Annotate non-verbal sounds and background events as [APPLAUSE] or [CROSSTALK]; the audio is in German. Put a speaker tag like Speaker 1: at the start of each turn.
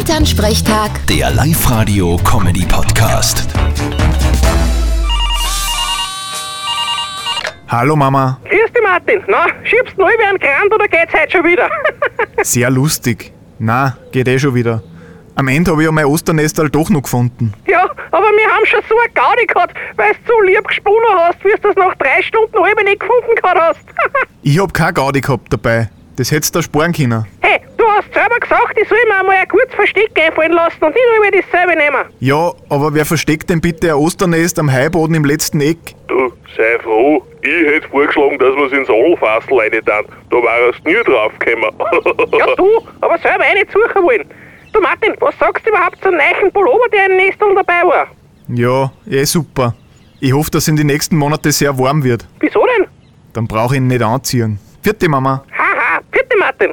Speaker 1: Elternsprechtag,
Speaker 2: Der Live-Radio-Comedy-Podcast.
Speaker 3: Hallo Mama,
Speaker 4: Grüß dich, Martin. Na, schiebst neu wie ein Grand oder geht's heute schon wieder? [LAUGHS]
Speaker 3: sehr lustig. Na, geht eh schon wieder. Am Ende habe ich ja mein Osternestal doch noch gefunden.
Speaker 4: ja, aber wir haben schon so eine Gaudi gehabt, weil du so lieb gesponnen hast, wie du das nach drei Stunden halb nicht gefunden gehabt hast. [LAUGHS]
Speaker 3: Ich hab keine Gaudi gehabt dabei. Das hättest du dir sparen können.
Speaker 4: hey, du hast selber gesagt, ich soll mir einmal ein gutes Versteck einfallen lassen und nicht immer dasselbe nehmen.
Speaker 3: Ja, aber wer versteckt denn bitte ein Osternest am Heuboden im letzten Eck?
Speaker 5: Du, sei froh, ich hätte vorgeschlagen, dass wir's ins Adelfassel rein tun. Da wärst nie drauf gekommen.
Speaker 4: Ja, du, aber selber eine suchen wollen. Du, Martin, was sagst du überhaupt zum neuen Pullover, der in Nesteln dabei war?
Speaker 3: Ja, eh super. Ich hoffe, dass es in den nächsten Monaten sehr warm wird.
Speaker 4: Wieso denn?
Speaker 3: Dann brauche ich ihn nicht anziehen. Vierte Mama.
Speaker 4: Haha, bitte, Martin.